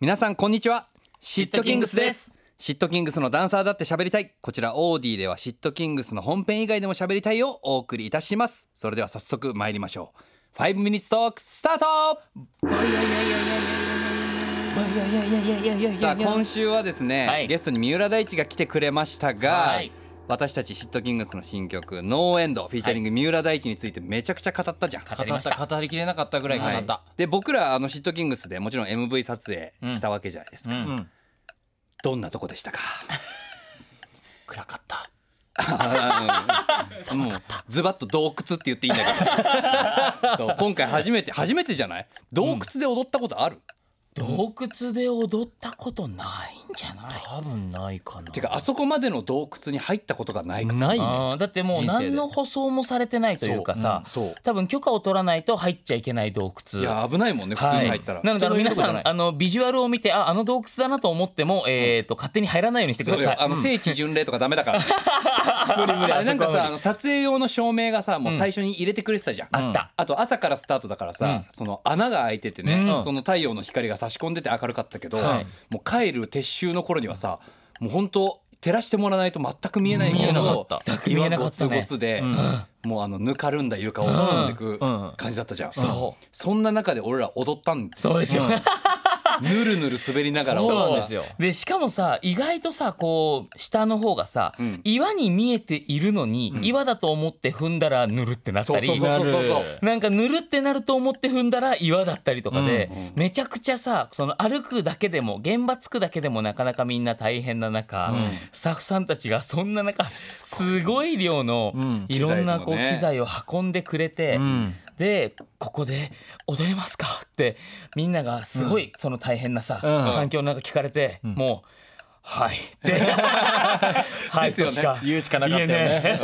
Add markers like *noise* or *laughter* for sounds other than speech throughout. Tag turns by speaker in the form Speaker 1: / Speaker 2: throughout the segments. Speaker 1: 皆さんこんにちはシットキングスですシットキングスのダンサーだって喋りたいこちらオーディではシットキングスの本編以外でも喋りたいをお送りいたしますそれでは早速参りましょう5ミニッツトークスタート
Speaker 2: いやいやいやいやいやいやい
Speaker 1: さあ
Speaker 2: や
Speaker 1: 今週はですね、
Speaker 2: はい
Speaker 1: ゲストに三浦大知が来てくれましたが、
Speaker 2: はい
Speaker 1: 私たちシットキングスの新曲「ノーエンドフィーチャリング三浦大知についてめちゃくちゃ語ったじゃん、
Speaker 2: 語りました語りきれなかったぐらい語
Speaker 1: はい
Speaker 2: った、
Speaker 1: で僕らあのシットキングスでもちろん MV 撮影したわけじゃないですか、
Speaker 2: うん
Speaker 1: どんなとこでしたか
Speaker 2: 暗かった
Speaker 1: あのもうズバッと洞窟って言っていいんだけ
Speaker 3: *laughs*
Speaker 1: どそう今回初めて初めてじゃない洞窟で踊ったことある、
Speaker 2: 洞窟で踊ったことないんじゃない多分ないかな
Speaker 1: てかあそこまでの洞窟に入ったことがないから
Speaker 2: ないね
Speaker 3: あーだってもう
Speaker 2: 人生で
Speaker 3: 何の舗装もされてないというかさ、
Speaker 1: そう,、
Speaker 3: 多分許可を取らないと入っちゃいけない洞窟
Speaker 1: いや危ないもんね普通に
Speaker 3: はい
Speaker 1: 入ったら、
Speaker 3: なのであの皆
Speaker 1: 人の言うこと
Speaker 3: さ
Speaker 1: じゃない
Speaker 3: んあのビジュアルを見てああの洞窟だなと思っても、えー、と勝手に入らないようにしてく
Speaker 1: そ
Speaker 3: だ
Speaker 1: う
Speaker 3: さ
Speaker 1: よあ
Speaker 3: い
Speaker 1: の聖地巡礼とかダメ *laughs* だから、ね、
Speaker 3: 無理無
Speaker 1: あれなんか
Speaker 3: あそこ
Speaker 1: さ
Speaker 3: は
Speaker 1: あ
Speaker 3: 無理
Speaker 1: の撮影用の照明がさもう最初に入れてくれてたじゃん、
Speaker 3: あった
Speaker 1: あと朝からスタートだからさ、その穴が開いててね、
Speaker 3: うん
Speaker 1: その太陽の光が差し込んでて明るかったけど、
Speaker 3: はい
Speaker 1: もう帰る撤収の頃にはさもう本当照らしてもらわないと全く見えないけど
Speaker 3: 見えなかった
Speaker 1: 岩
Speaker 3: 見えなか
Speaker 1: ゴ
Speaker 3: った
Speaker 1: ツ
Speaker 3: ね
Speaker 1: ゴツで、もうあのぬかるんだ床を進んでいく感じだったじゃん、
Speaker 3: そ
Speaker 1: そんな中で俺ら踊ったんです
Speaker 3: そうですよ、
Speaker 1: ぬるぬる滑りながら
Speaker 3: そうなん
Speaker 1: 踊
Speaker 3: で
Speaker 1: っ
Speaker 3: すよでしかもさ意外とさこう下の方がさ、
Speaker 1: ん
Speaker 3: 岩に見えているのに、岩だと思って踏んだらぬるってなったり
Speaker 1: そうそうそうそうそうそう
Speaker 3: なんかぬるってなると思って踏んだら岩だったりとかで、
Speaker 1: うんうん
Speaker 3: めちゃくちゃさその歩くだけでも現場着くだけでもなかなかみんな大変な中、
Speaker 1: ん
Speaker 3: スタッフさんたちがそんな中すごい量の
Speaker 2: ん
Speaker 3: いろんな
Speaker 1: 機材もね
Speaker 3: こう機材を運んでくれて、
Speaker 2: ん
Speaker 3: でここで踊れますかってみんながすごいその大変なさ、
Speaker 2: うん
Speaker 3: 環境の中聞かれて、もう。はいって。はい
Speaker 1: ですよね
Speaker 3: としか
Speaker 2: 言うしかなかったよね
Speaker 3: 言え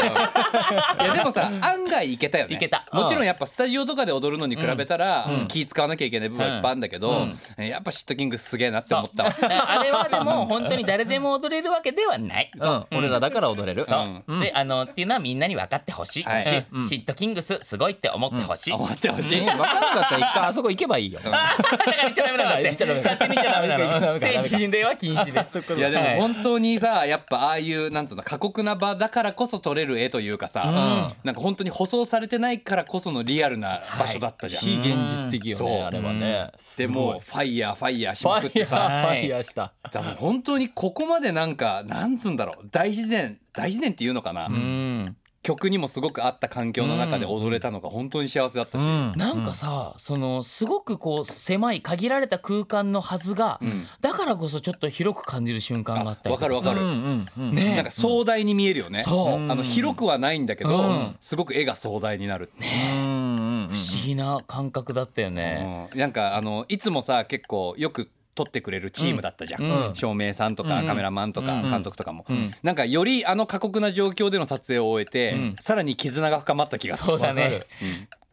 Speaker 3: え
Speaker 1: いやでもさ案外いけたよね
Speaker 3: いけた
Speaker 1: もちろんやっぱスタジオとかで踊るのに比べたら、気使わなきゃいけない部分はいっぱいあるんだけど、やっぱシットキングスすげえなって思ったわ
Speaker 3: あれはでも本当に誰でも踊れるわけでは *laughs* ない。
Speaker 2: うん、俺らだから踊れる
Speaker 3: そう
Speaker 1: うん
Speaker 3: であのっていうのはみんなに分かってほしいし、
Speaker 1: はい
Speaker 3: シットキングスすごいって思ってほしい。
Speaker 1: 思ってほしい
Speaker 2: 分かんなかったら一回あそこ行けばいいよ
Speaker 3: あーだから言っちゃダメなんだって。
Speaker 2: 言っちゃダメ
Speaker 3: 勝手に言っちゃダメなの。
Speaker 2: ダメ
Speaker 3: 聖
Speaker 2: か
Speaker 3: 地巡礼は禁止です。
Speaker 2: そこ
Speaker 1: いやでも
Speaker 3: はい
Speaker 1: 本当にさやっぱああいうなんつうの過酷な場だからこそ撮れる絵というかさ、なんか本当に舗装されてないからこそのリアルな場所だったじゃん。
Speaker 2: 非現実的よ
Speaker 1: そう
Speaker 2: ねあれはね
Speaker 1: でもうファイヤーファイヤーし
Speaker 2: フ
Speaker 1: まくっ
Speaker 2: ァイ
Speaker 1: て
Speaker 2: ヤーフ
Speaker 1: さ
Speaker 3: はい
Speaker 2: ァイヤーした
Speaker 1: 多分本当にここまでなんかなんつうんだろう大自然大自然っていうのかな、
Speaker 3: うん。
Speaker 1: 曲にもすごく合った環境の中で踊れたのが本当に幸せだったし、
Speaker 3: なんかさ、そのすごくこう狭い限られた空間のはずが、
Speaker 1: ん
Speaker 3: だからこそちょっと広く感じる瞬間があったり
Speaker 1: わ
Speaker 3: と
Speaker 1: かるわかる、
Speaker 2: うんうん
Speaker 3: ね
Speaker 1: なんか壮大に見えるよね、
Speaker 3: そう
Speaker 1: あの広くはないんだけど、
Speaker 3: うん
Speaker 1: すごく絵が壮大になる
Speaker 2: うんうん
Speaker 3: 不思議な感覚だったよね。
Speaker 1: うんなんかあのいつもさ結構よく撮ってくれるチームだったじゃん、
Speaker 3: うん
Speaker 1: 照明さんとか、
Speaker 3: うん
Speaker 1: カメラマンとか、
Speaker 3: うん
Speaker 1: 監督とかも、
Speaker 3: ん
Speaker 1: なんかよりあの過酷な状況での撮影を終えて、
Speaker 3: うん
Speaker 1: さらに絆が深まった気がする
Speaker 3: そうだ
Speaker 2: わか
Speaker 3: ね
Speaker 2: る。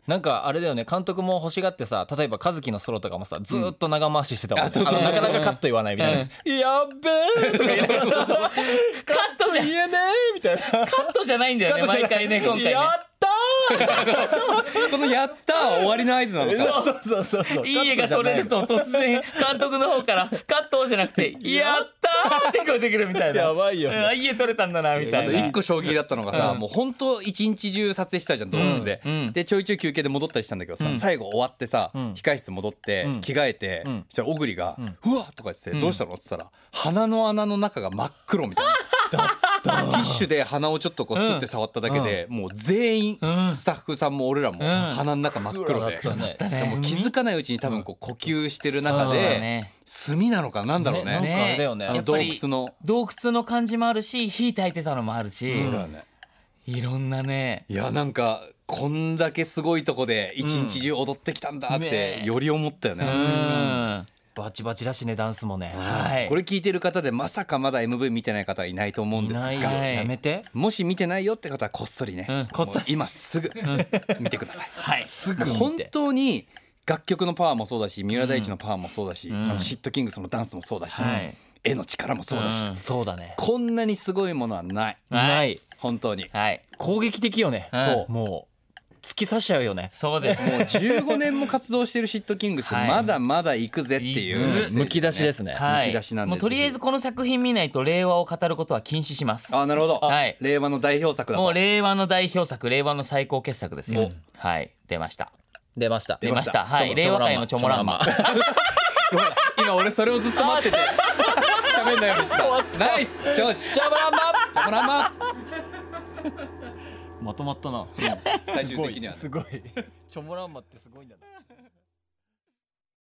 Speaker 2: なんかあれだよね監督も欲しがってさ例えば和樹のソロとかもさずーっと長回ししてたもん、
Speaker 1: あそうそう
Speaker 2: あのなかなかカット言わないみたいな「やっべえ!」とか言ってカッ
Speaker 3: カット
Speaker 2: ト
Speaker 3: じゃ
Speaker 2: 言えねえみたいなカ
Speaker 3: カ
Speaker 2: ッ
Speaker 3: ットじゃないんだよね
Speaker 2: トじ
Speaker 3: 毎
Speaker 2: ゃない
Speaker 3: 回ね今回ね
Speaker 2: やった
Speaker 1: この「やった!」は終わりの合図なの
Speaker 2: ー
Speaker 1: か
Speaker 2: *laughs* そうそうそうそうそう
Speaker 3: いい絵が撮れると突然監督の方からカットじゃなくて「やったー!」って聞こえてくるみたいな
Speaker 2: やばいよ
Speaker 3: うんあいい絵撮れたんだなみた
Speaker 1: あ
Speaker 3: い
Speaker 1: と
Speaker 3: な
Speaker 1: 一個衝撃だったのがさ、
Speaker 3: うん
Speaker 1: もう本当一日中撮影してたじゃん動物で、
Speaker 3: うんうん
Speaker 1: でちょいちょい休憩で戻ったりしたんだけどさ、最後終わってさ、
Speaker 2: ん
Speaker 1: 控室戻って、
Speaker 2: ん
Speaker 1: 着替えて、
Speaker 2: うん
Speaker 1: そしたら小栗が「うわっ!」とか言って「どうしたの?」って言ったら鼻の穴の中が真っ黒みたいな。ティッシュで鼻をちょっとこうスッて触っただけで、もう全員、
Speaker 2: うん
Speaker 1: スタッフさんも俺らも鼻の中真っ黒で、
Speaker 2: 黒だったね
Speaker 1: でも気づかないうちに多分こう呼吸してる中
Speaker 3: そう
Speaker 1: で、
Speaker 3: だね
Speaker 1: 炭なのかなんだろうね
Speaker 2: ねなんかあれだよね
Speaker 1: あの
Speaker 3: やっ
Speaker 1: 洞
Speaker 3: ぱ
Speaker 1: 窟
Speaker 3: り
Speaker 1: の。
Speaker 3: 洞窟の感じもあるし火焚いてたのもあるし
Speaker 1: そうだよね
Speaker 3: いろんなね
Speaker 1: いやなんかこんだけすごいとこで一日中踊ってきたんだっ
Speaker 3: ね
Speaker 1: て
Speaker 3: え
Speaker 1: より思ったよね。
Speaker 3: う
Speaker 1: うん
Speaker 3: ん
Speaker 2: バチバチだしねダンスもね
Speaker 3: はい
Speaker 1: これ聞いてる方でまさかまだ MV 見てない方はいないと思うん
Speaker 2: い
Speaker 1: です
Speaker 2: ないよ
Speaker 1: が
Speaker 3: はい
Speaker 2: やめて
Speaker 1: もし見てないよって方はこっそりね、
Speaker 3: うん
Speaker 1: こっそり今すぐ見てください。
Speaker 3: はい
Speaker 2: す
Speaker 1: もう本当に楽曲のパワーもそうだし三浦大知のパワーもそうだし、
Speaker 3: ん
Speaker 1: あのシットキングスのダンスもそうだし、
Speaker 3: はい
Speaker 1: 絵の力もそうだし、
Speaker 3: うん
Speaker 2: そうだね
Speaker 1: こんなにすごいものはない
Speaker 3: はい
Speaker 2: ない
Speaker 1: 本当に。
Speaker 3: はい
Speaker 2: 攻撃的よね
Speaker 3: うん
Speaker 2: そうもう突き刺しちゃうよね
Speaker 3: そうです
Speaker 1: もう15年も活動してるシットキングス、
Speaker 3: はい
Speaker 1: まだまだ行くぜっていう、
Speaker 3: 行
Speaker 2: むき出しですね、
Speaker 1: むき出しなんで
Speaker 3: もうとりあえずこの作品見ないと令和を語ることは禁止します
Speaker 1: あなるほど、
Speaker 3: はい
Speaker 1: 令和の代表作だ
Speaker 3: もう
Speaker 1: と
Speaker 3: 令和の代表作令和の最高傑作ですよはい出ました
Speaker 2: 出ました
Speaker 3: 出ましたはい
Speaker 2: ち
Speaker 3: 令
Speaker 2: ょも
Speaker 3: 和
Speaker 2: ら
Speaker 3: 界
Speaker 2: んま
Speaker 3: のチョモランマ
Speaker 1: ごめん今俺それをずっと待って
Speaker 3: *laughs*
Speaker 1: て喋んないようにしたナイスジョージチャブランマチャブランマ
Speaker 2: まとまったな
Speaker 1: 最終的にはね
Speaker 2: *laughs* すごいチョモランマってすごいんだね